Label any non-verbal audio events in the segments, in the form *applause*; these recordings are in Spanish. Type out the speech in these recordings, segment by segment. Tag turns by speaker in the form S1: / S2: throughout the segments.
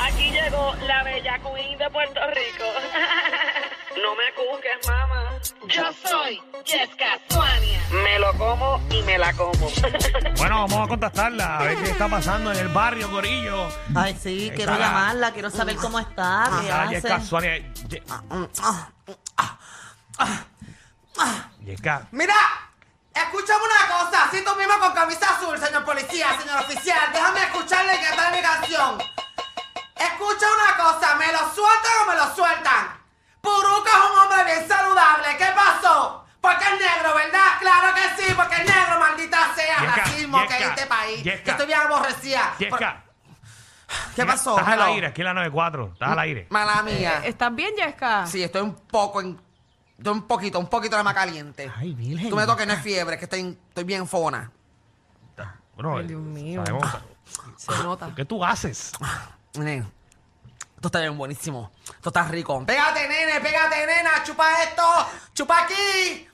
S1: Aquí llegó la bella queen de Puerto Rico. *laughs* No me juzgues, mamá.
S2: Yo soy Jessica Suania.
S1: Me lo como y me la como. *laughs*
S3: Bueno, vamos a contactarla, a ver qué está pasando en el barrio, Corillo.
S4: Ay, sí, quiero
S3: está la-
S4: llamarla, quiero saber cómo está, qué
S3: Ah, Yesca,
S4: hace.
S3: Suania. Ye- Yesca,
S5: Mira, escúchame una cosa, así tú mismo con camisa azul, señor policía, señor oficial, déjame escucharle que está mi canción. Escucha una cosa, ¿me lo sueltan o me lo sueltan? Puruca es un hombre bien saludable, ¿qué pasó? Porque es negro, ¿verdad? Claro que sí, porque es negro, maldita sea,
S3: Yesca,
S5: racismo que hay en
S3: Yesca,
S5: este país. Yo
S3: Yesca.
S5: estoy bien aborrecida.
S3: Yesca.
S5: Por- ¿Qué pasó?
S3: Estás al
S5: Hello.
S3: aire, aquí en la 94. Estás al aire.
S5: Mala mía.
S6: Eh, ¿Estás bien, Yesca?
S5: Sí, estoy un poco en... Estoy un poquito, un poquito de más caliente. Ay, virgen. Tú me toques, no es fiebre, que estoy, estoy bien fona.
S3: Bueno,
S6: Ay, Dios mío.
S3: sabemos-
S6: Se nota.
S3: ¿Qué tú haces?
S5: Nene, esto está bien buenísimo. Esto está rico. Pégate, nene, pégate, nena. Chupa esto. Chupa aquí.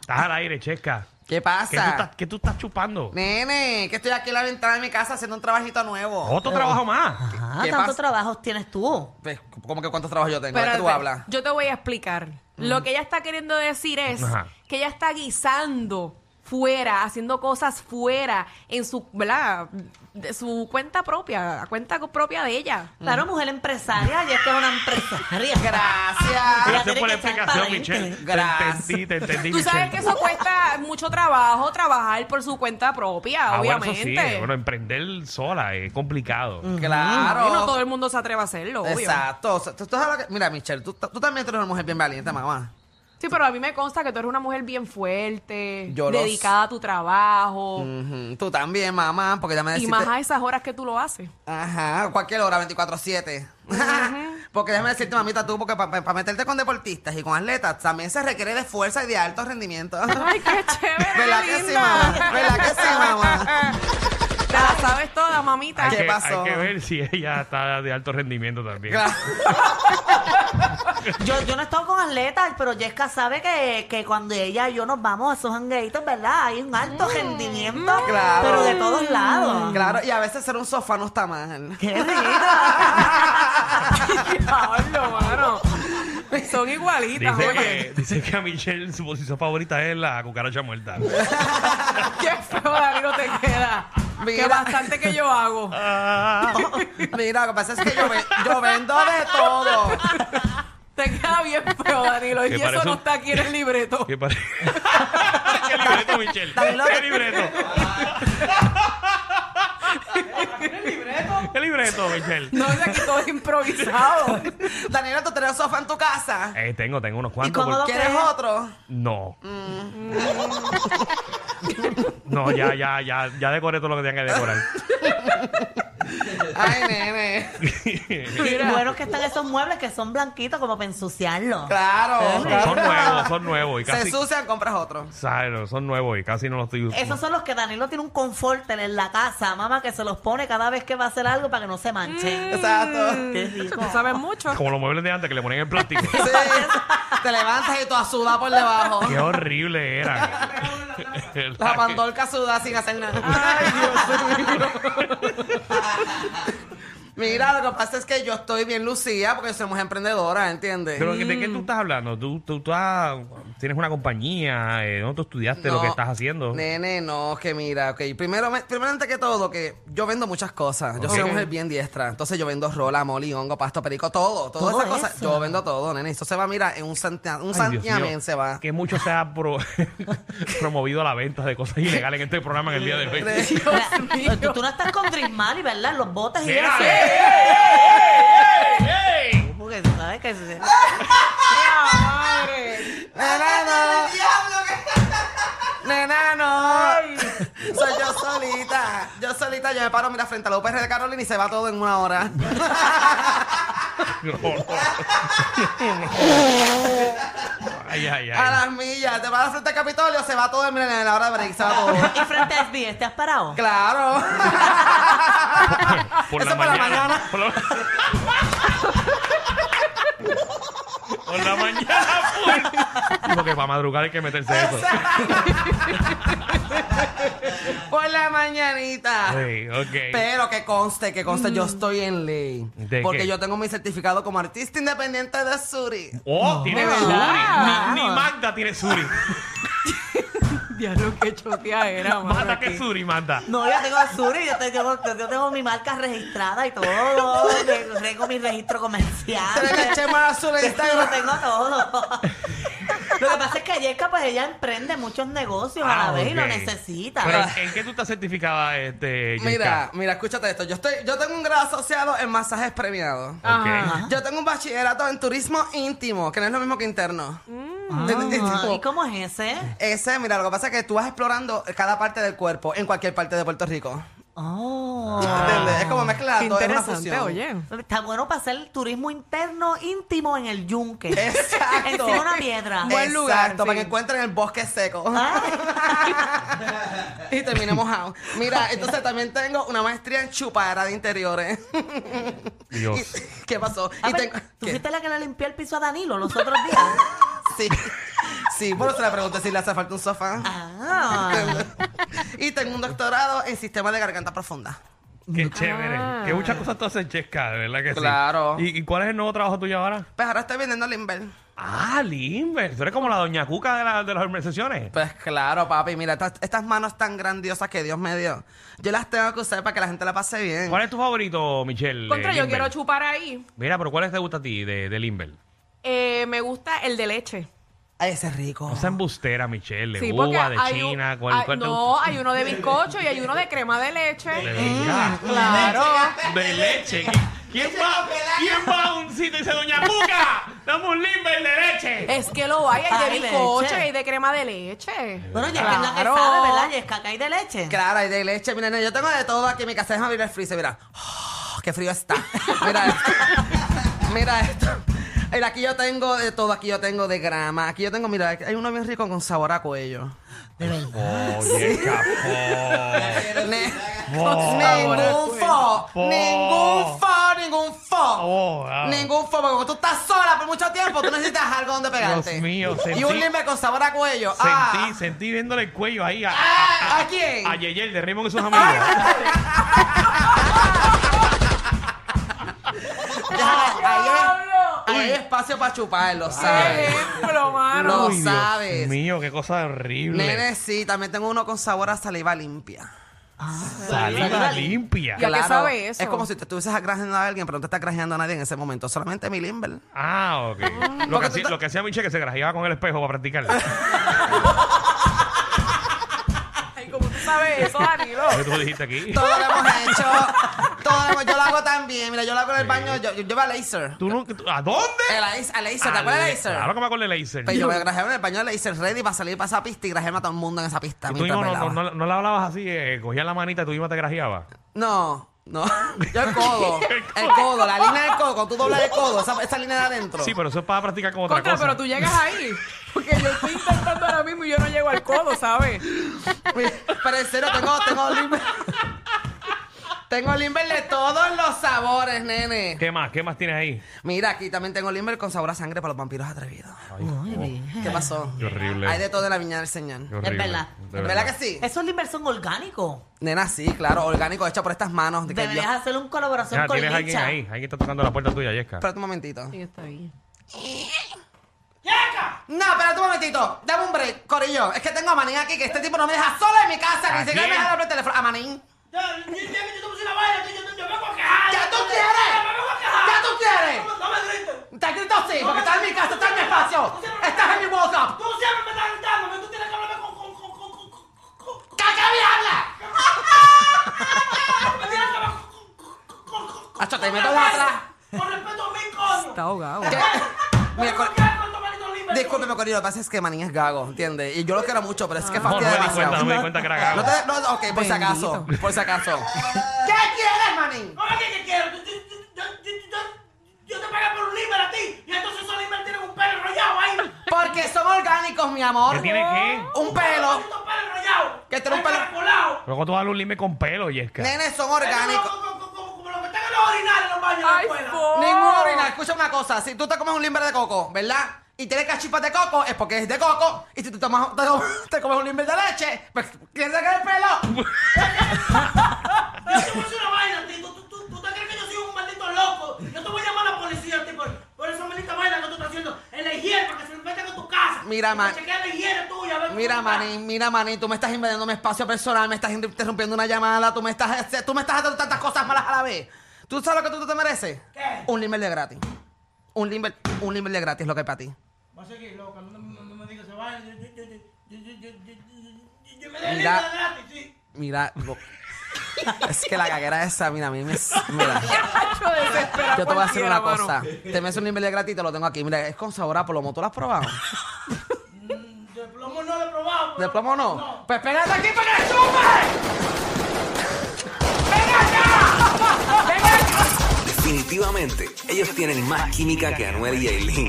S3: Estás al aire, Yesca.
S5: ¿Qué
S3: ¿Qué tú, estás,
S5: pasa?
S3: qué tú estás chupando?
S5: Nene, que estoy aquí en la ventana de mi casa haciendo un trabajito nuevo.
S3: Otro trabajo más.
S4: Ah,
S5: ¿Qué
S4: tantos
S5: pasa?
S4: trabajos tienes tú.
S5: Pues, ¿Cómo que cuántos trabajos yo tengo? ¿De
S6: Espérate,
S5: qué tú hablas?
S6: Yo te voy a explicar. Lo que ella está queriendo decir es
S3: Ajá.
S6: que ella está guisando fuera, haciendo cosas fuera, en su, ¿verdad? De su cuenta propia, a cuenta co- propia de ella.
S4: Claro,
S5: Mm.
S4: mujer empresaria, ya que es una
S5: *laughs*
S4: empresaria.
S5: Gracias.
S3: *laughs*
S4: Ella
S3: Gracias
S4: tiene
S3: por la
S4: que ser
S3: explicación,
S4: parente.
S3: Michelle. Te
S5: Gracias.
S3: entendí, te entendí,
S6: Tú sabes que
S3: Michelle.
S6: eso cuesta mucho trabajo, trabajar por su cuenta propia,
S3: Ah, bueno, eso
S6: obviamente.
S3: sí. Bueno, emprender sola es complicado.
S6: Y no todo
S5: Claro.
S6: el mundo se atreve a hacerlo, obvio.
S5: Exacto. O sea, tú- tú sabes lo que- Mira, Michelle, tú, tú también eres una mujer bien valiente, mamá.
S6: Sí, pero a mí me consta que tú eres una mujer bien fuerte,
S5: Yo lo Mm.
S6: dedicada a tu trabajo.
S5: Ujú, Tú también, mamá, porque ya me
S6: Y
S5: deciste...
S6: más a esas horas que tú lo
S5: *laughs*
S6: haces.
S5: Ajá, cualquier hora, 24-7. *laughs* porque déjame decirte, mamita, tú, porque para meterte con deportistas y con atletas también se requiere de fuerza y de alto rendimiento. *laughs*
S6: Ay, qué chévere.
S5: ¿Verdad
S6: qué
S5: que sí,
S6: linda.
S5: mamá? ¿Verdad que sí, mamá?
S6: *laughs* Te la sabes toda, mamita. *laughs*
S3: Hay
S5: ¿Qué
S3: que,
S5: pasó?
S3: Hay que ver si ella está de alto rendimiento también.
S4: Yo, yo no he estado con atletas, pero Jessica sabe que, que cuando ella y yo nos vamos a esos jangueitos, ¿verdad? Hay un alto rendimiento,
S5: Mm. claro. Mm.
S4: pero de todos lados.
S5: Claro, y a veces ser un sofá no está mal.
S4: *laughs*
S5: *laughs*
S4: ¡Qué rico!
S6: Diablo, mano. Son igualitas,
S3: Dice
S6: oye.
S3: que, dice que a Michelle su posición favorita es la cucaracha muerta.
S6: Qué feo de amigo te queda.
S5: Mira.
S6: Que bastante que yo hago.
S3: Ah,
S5: Mira, lo que pasa es que yo, ve- yo vendo de todo.
S6: Te queda bien feo, Danilo. Y
S3: Que
S6: eso
S3: parece
S6: no
S3: un-
S6: está aquí en el libreto.
S3: ¿Qué pare- *laughs* ¿Qué libreto, Michelle? ¿Qué libreto? ¿Qué libreto, Michelle?
S6: No es aquí todo es improvisado.
S5: Daniela, ¿tú tenés sofá en tu casa?
S3: Eh, tengo, tengo unos
S4: ¿Y
S3: cuantos.
S4: cómo
S3: porque-
S4: lo-
S5: ¿Quieres
S4: Ok.
S5: otro?
S3: No. No, ya, ya, ya, ya decoré todo lo que tenía que decorar.
S5: Ay, nene.
S4: Y bueno que están esos muebles que son blanquitos como para ensuciarlos.
S5: Claro.
S3: No, son nuevos, son nuevos y
S5: Se
S3: casi.
S5: ensucian, compras otro.
S3: Sabe, no, son nuevos y casi no los estoy usando.
S4: Esos son los que Danilo tiene un confort en la casa, mamá, que se los pone cada vez que va a hacer algo para que no se manche.
S5: Exacto.
S6: Mm.
S4: Qué rico.
S6: No sabes mucho.
S3: Como los muebles de antes que le ponían el plástico.
S5: Sí. Te levantas y tú suda por debajo.
S3: Qué horrible era.
S5: La pandorca suda sin hacer nada. Ay, Dios mío. Mira, lo que pasa es que yo estoy bien lucida porque soy mujer emprendedora, ¿entiendes?
S3: Pero ¿de qué tú estás hablando? ¿Tú, tú, tú has- tienes una compañía? Eh, ¿No tú estudiaste lo
S5: No,
S3: que estás haciendo?
S5: Nene, no, que mira, ok. Primero, me- primero antes que todo, que yo vendo muchas cosas. Yo soy
S3: Ok.
S5: una mujer bien diestra. Entonces yo vendo rola, moli, hongo, pasto, perico, todo. Todas
S4: Todo
S5: esas cosas.
S4: eso.
S5: Yo vendo todo, nene. Esto se va, mira, en un, santia- un
S3: Ay, Dios mío,
S5: santiamén se va.
S3: Que mucho se ha pro- *laughs* promovido la venta de cosas ilegales en este programa en el día de
S5: *laughs*
S3: hoy.
S4: Mira, Tú, tú no estás con Grismali, ¿verdad? Los botes y
S3: Mira, *laughs*
S4: eso.
S3: ey, ey, ey, ey, ey.
S4: Porque tú sabes que...
S5: Nena, no. Nena, no. Soy yo solita. Yo solita, yo me paro, mira, frente a la UPR de Carolina y se va todo en una hora. *laughs*
S3: Ay, ay,
S5: A
S3: ay.
S5: las millas. Te vas a la frente al Capitolio, se va todo en en la hora de break, se
S3: *laughs*
S5: va todo.
S4: Y frente a SBS, ¿te ¿este has parado?
S5: Claro. *laughs*
S3: Por
S5: Eso
S3: la
S5: por la
S3: mañana.
S5: mañana.
S3: Por la, por la mañana, full. Porque para madrugar hay que meterse eso.
S5: Por la mañanita.
S3: Sí, ok.
S5: Pero que conste, que conste, yo estoy en ley.
S3: ¿De
S5: Porque
S3: qué?
S5: yo tengo mi certificado como artista independiente de Suri.
S3: Oh, tiene
S6: de
S3: suri.
S6: verdad.
S3: Ni, ni Magda tiene suri.
S6: Diablo, qué chotea era, mano,
S3: Magda
S6: aquí.
S3: que suri, Magda.
S4: No, yo tengo Suri, yo tengo, yo tengo mi marca registrada y todo. Yo Tengo mi registro
S5: Se le
S4: comercial.
S5: caché más azul en
S4: Yo
S5: Instagram.
S4: tengo todo. Lo que pasa es que Yesca, pues ella emprende muchos negocios a la
S3: Ah,
S4: vez y lo
S3: ok.
S4: necesita.
S3: Pero, ¿en qué tú estás certificada, este, Jessica?
S5: Mira, mira, escúchate esto. Yo estoy, yo tengo un grado asociado en masajes premiados.
S3: Ok.
S6: Ajá.
S5: Yo tengo un bachillerato en turismo íntimo, que no es lo mismo que interno.
S6: Mm.
S5: Es- es
S4: Ah,
S5: este *laughs* tipo-
S4: ¿Y cómo es ese?
S5: Ese, mira, lo que pasa es que tú vas explorando cada parte del cuerpo en cualquier parte de Puerto Rico.
S4: Oh.
S5: ¿Entiendes? Es
S6: Ah.
S5: como
S6: Qué
S5: mezclando, es una
S6: interesante,
S5: fusión.
S6: oye.
S4: Está bueno para hacer turismo interno íntimo en el yunque.
S5: Exacto.
S4: Encima de una piedra.
S6: Buen
S5: Exacto,
S6: lugar,
S5: para
S6: sí.
S5: que encuentren el bosque seco.
S4: Ah,
S5: *laughs* Y termine mojado. Mira, entonces también tengo una maestría en chupadera de interiores.
S3: Dios.
S5: *laughs* ¿Qué pasó?
S4: ah,
S5: Y
S4: pero
S5: tengo-
S4: ¿Tú
S5: ¿Qué?
S4: fuiste la que le limpió el piso a Danilo los otros días?
S5: *laughs* Sí. Sí, bueno, se la pregunté si le hace falta un sofá.
S4: Ah.
S5: *laughs* Y tengo un doctorado en sistema de garganta profunda.
S3: Qué chévere. Que muchas cosas tú haces, Jessica, de verdad que sí.
S5: Claro.
S3: ¿Y, y cuál es el nuevo trabajo tuyo ahora?
S5: Pues ahora estoy vendiendo Limber.
S3: Ah, Limber. Tú eres como la doña Cuca de, la- de las organizaciones.
S5: Pues claro, papi, mira, estas, estas manos tan grandiosas que Dios me dio, yo las tengo que usar para que la gente la pase bien.
S3: ¿Cuál es tu favorito, Michelle?
S6: Contra,
S3: eh,
S6: yo
S3: Limber?
S6: quiero chupar ahí.
S3: Mira, pero ¿cuáles te gusta a ti de, de Limber?
S6: Eh, me gusta el de leche.
S5: Ay, ese es rico.
S3: O sea, embustera, Michelle, de
S6: Sí, porque
S3: uva, de
S6: hay un-
S3: China, ¿cuál,
S6: hay-
S3: cuál te
S6: No, hay uno de bizcocho y hay uno de crema de leche.
S3: gusta? De verdad.
S6: Claro.
S3: De leche. ¿Quién va, ¿Quién va a un sitio y dice, Doña Cuca, dame un Limber de leche?
S6: Es que lo hay, hay de
S4: Ay,
S6: bizcocho
S4: leche.
S6: y hay de crema de leche.
S4: Bueno, Yesca es la que
S6: Claro.
S4: sabe, ¿verdad, Yesca? Que hay de leche.
S5: Claro, hay de leche. Mira, nene, yo tengo de todo aquí en mi casa. Déjame abrir el freezer, mira. Oh, ¡Qué frío está! Mira *laughs* esto. Mira esto. Mira, aquí yo tengo de todo. Aquí yo tengo de grama. Aquí yo tengo, mira, hay uno bien rico con sabor a cuello.
S3: Oye, capó.
S5: Ne-
S3: Oh.
S5: Ningún fo.
S3: Fo.
S5: Ningún fo, ningún fo.
S3: Oh, wow.
S5: Ningún fo, porque cuando tú estás sola por mucho tiempo, tú necesitas algo donde pegarte.
S3: Dios mío,
S5: Y
S3: sentí-
S5: un limber con sabor a cuello.
S3: Sentí,
S5: Ah.
S3: sentí viéndole el cuello ahí a, a,
S5: Ah, ¿A quién?
S3: a Yeyel de Raymond y sus amigos.
S5: Déjame- ahí hay-
S6: ¡Diablo!
S5: ahí hay espacio para chupar, lo
S6: ¡Qué
S5: sabes.
S6: ejemplo, mano!
S5: Lo
S3: Uy, Dios
S5: sabes.
S3: mío, qué cosa horrible.
S5: Nene, sí, también tengo uno con sabor a saliva limpia.
S3: Saliva limpia.
S6: ¿Y a qué sabe eso?
S5: Es como si te estuvieses agrajeando a alguien, pero no te estás agrajeando a nadie en ese momento. Solamente mi limber.
S3: Ah, ok. Lo que,
S5: Porque tú
S3: hacía,
S5: ta-
S3: lo que hacía Michelle que se grajeaba con el espejo para
S5: *laughs*
S3: practicar.
S6: Ay, ¿Cómo tú sabes eso, Danilo?
S3: Lo que tú dijiste aquí.
S5: Todo lo hemos hecho. Todo lo hemos- yo lo hago también. Mira, yo lo hago en el baño. Yo, yo, yo voy a laser.
S3: ¿Tú nunca, tú- ¿A dónde?
S5: El laser, el laser, Eh, ¿te acuerdas de laser?
S3: Ah, Claro que me acuerdo de Laser.
S5: Pues yo me grajeaba en el baño de laser ready para salir para esa pista y grajearme a todo el mundo en esa pista.
S3: Y tú
S5: mientras
S3: mismo no, no,
S5: bailaba.
S3: no, no la hablabas así, eh, cogías la manita y tú mismo te grajeabas.
S5: No,
S3: *laughs*
S5: no. Yo el codo. el codo, la línea del codo. Cuando tú doblas el codo, esa, esa línea de adentro.
S3: Sí, pero eso es para practicar con otra
S6: Contra,
S3: cosa.
S6: pero tú llegas ahí. Porque yo estoy intentando ahora mismo y yo no llego al codo, ¿sabes?
S5: Pero en serio, tengo, tengo limber. *laughs* Tengo limber de todos los sabores, nene.
S3: ¿Qué más? ¿Qué más tienes ahí?
S5: Mira, aquí también tengo limber con sabor a sangre para los vampiros atrevidos.
S4: Muy bien.
S5: ¿Qué pasó?
S3: Qué horrible.
S5: Hay de todo en la viña del señor.
S3: Qué horrible,
S4: verdad.
S3: de
S5: ¿Verdad, ¿Verdad que sí?
S4: Eso es la inversión orgánico.
S5: Nena, sí, claro, orgánico hecho por estas manos. de que
S4: Deberías
S5: Dios-
S4: hacer una colaboración
S3: Ya,
S4: con
S3: tienes alguien
S4: Licha.
S3: ahí. Alguien está tocando la puerta tuya, Yesca.
S5: Espérate un momentito.
S6: Sí, está bien.
S5: No, espérate un momentito. Dame un break, Corillo. Es que tengo a Manín aquí, que este tipo no me deja sola en mi casa. Que
S3: ¿A
S5: ni siquiera me
S3: quién?
S5: deja hablar por teléfono. A Manín.
S7: Yo, yo, yo, yo te puse una vaina, yo, yo, yo me voy a quejar.
S5: ¡Ya tú
S7: Yo me-
S5: quieres!
S7: yo me voy a quejar.
S5: ¡Ya tú quieres!
S7: No, no me grites.
S5: Te grito sí, porque estás en mi casa, estás en mi espacio. Estás en mi WhatsApp.
S7: Tú siempre me estás gritando, que tú tienes que hablarme con, con, con, con, con, con, con-
S5: ¡Caca,
S7: *laughs*
S5: me habla!
S7: me tienes que hablar con- con- con- con- con- con-
S5: Acho, te
S7: con
S5: meto
S7: respeto.
S5: atrás.
S7: Con respeto a mí, coño.
S6: Está ahogado.
S5: ¿Qué? Mira,
S7: No me
S5: Cor-
S7: quejas con tu maldito libre,
S5: discúlpeme,
S7: coño.
S5: Corillo, lo que pasa es que Manín es gago, ¿entiendes? Y yo lo quiero mucho, pero es
S6: Ah.
S5: que
S3: No, no me
S5: fastidia
S3: di cuenta, no
S5: demasiado.
S3: me di cuenta que era
S5: No
S3: gago.
S5: te, no, ok, por si acaso, por si acaso. ¿Qué quieres, Manín?
S7: No me digas que quiero, yo- yo- yo- yo- yo- yo te pagué por
S5: pelitos, mi amor.
S3: ¿Qué tiene qué?
S5: Un pelo.
S7: Estos pelos enrollados.
S5: Que tiene un
S7: Al
S5: pelo-
S7: caracolao.
S3: Pero cuando vas a un lime con pelo, Yesca.
S5: Nene, son
S7: Esto
S5: orgánicos.
S7: como- como- como- Como lo que están en los orinales en los baños de la
S6: Ay,
S7: escuela.
S6: fo-
S5: Ningún orinal. Escucha una cosa. Si tú te comes un limber de coco, ¿verdad? Y tienes cachipas de coco, es porque es de coco. Y si tú tomas, te, com- te comes un limber de leche, pues tienes que el pelo.
S7: Yo te voy a decir una vaina, tío. ¿Tú, tú, tú, tú te crees que yo soy un maldito loco? Yo te voy a llamar a la policía, tío, por, por esa maldita vaina que tú estás haciendo en la higiene para que se metan en tu casa.
S5: Mira, man.
S7: Chequea la higiene tuya, a ver cómo
S5: Mira,
S7: está.
S5: maní, mira, maní, tú me estás invadiendo mi espacio personal, me estás interrumpiendo una llamada, tú me estás, este, tú me estás haciendo tantas cosas malas a la vez. ¿Tú sabes lo que tú te mereces?
S7: ¿Qué?
S5: Un limber de gratis. Un limber, un limber de gratis es lo que es para ti.
S7: Va a seguir, loca. No, no, no me digas esa vaina. Yo, yo, yo, yo, yo, yo, yo, yo, yo, yo me dejé
S5: Mira.
S7: libre gratis, sí.
S5: Mira, lo- es que la caguera esa, mira, a mí me... *laughs* Mira.
S6: Cacho, desespera
S5: Yo te voy a decir una
S6: cualquiera, mano.
S5: cosa. Te me hace un nivel de gratis y te lo tengo aquí. Mira, es con sabor a plomo. ¿Tú lo has probado?
S7: De plomo no lo he probado.
S5: ¿De
S7: pero-
S5: plomo no?
S7: No.
S5: Pues pégate aquí para que le chupe.
S8: Definitivamente, ellos tienen más química que Anuel y Aileen.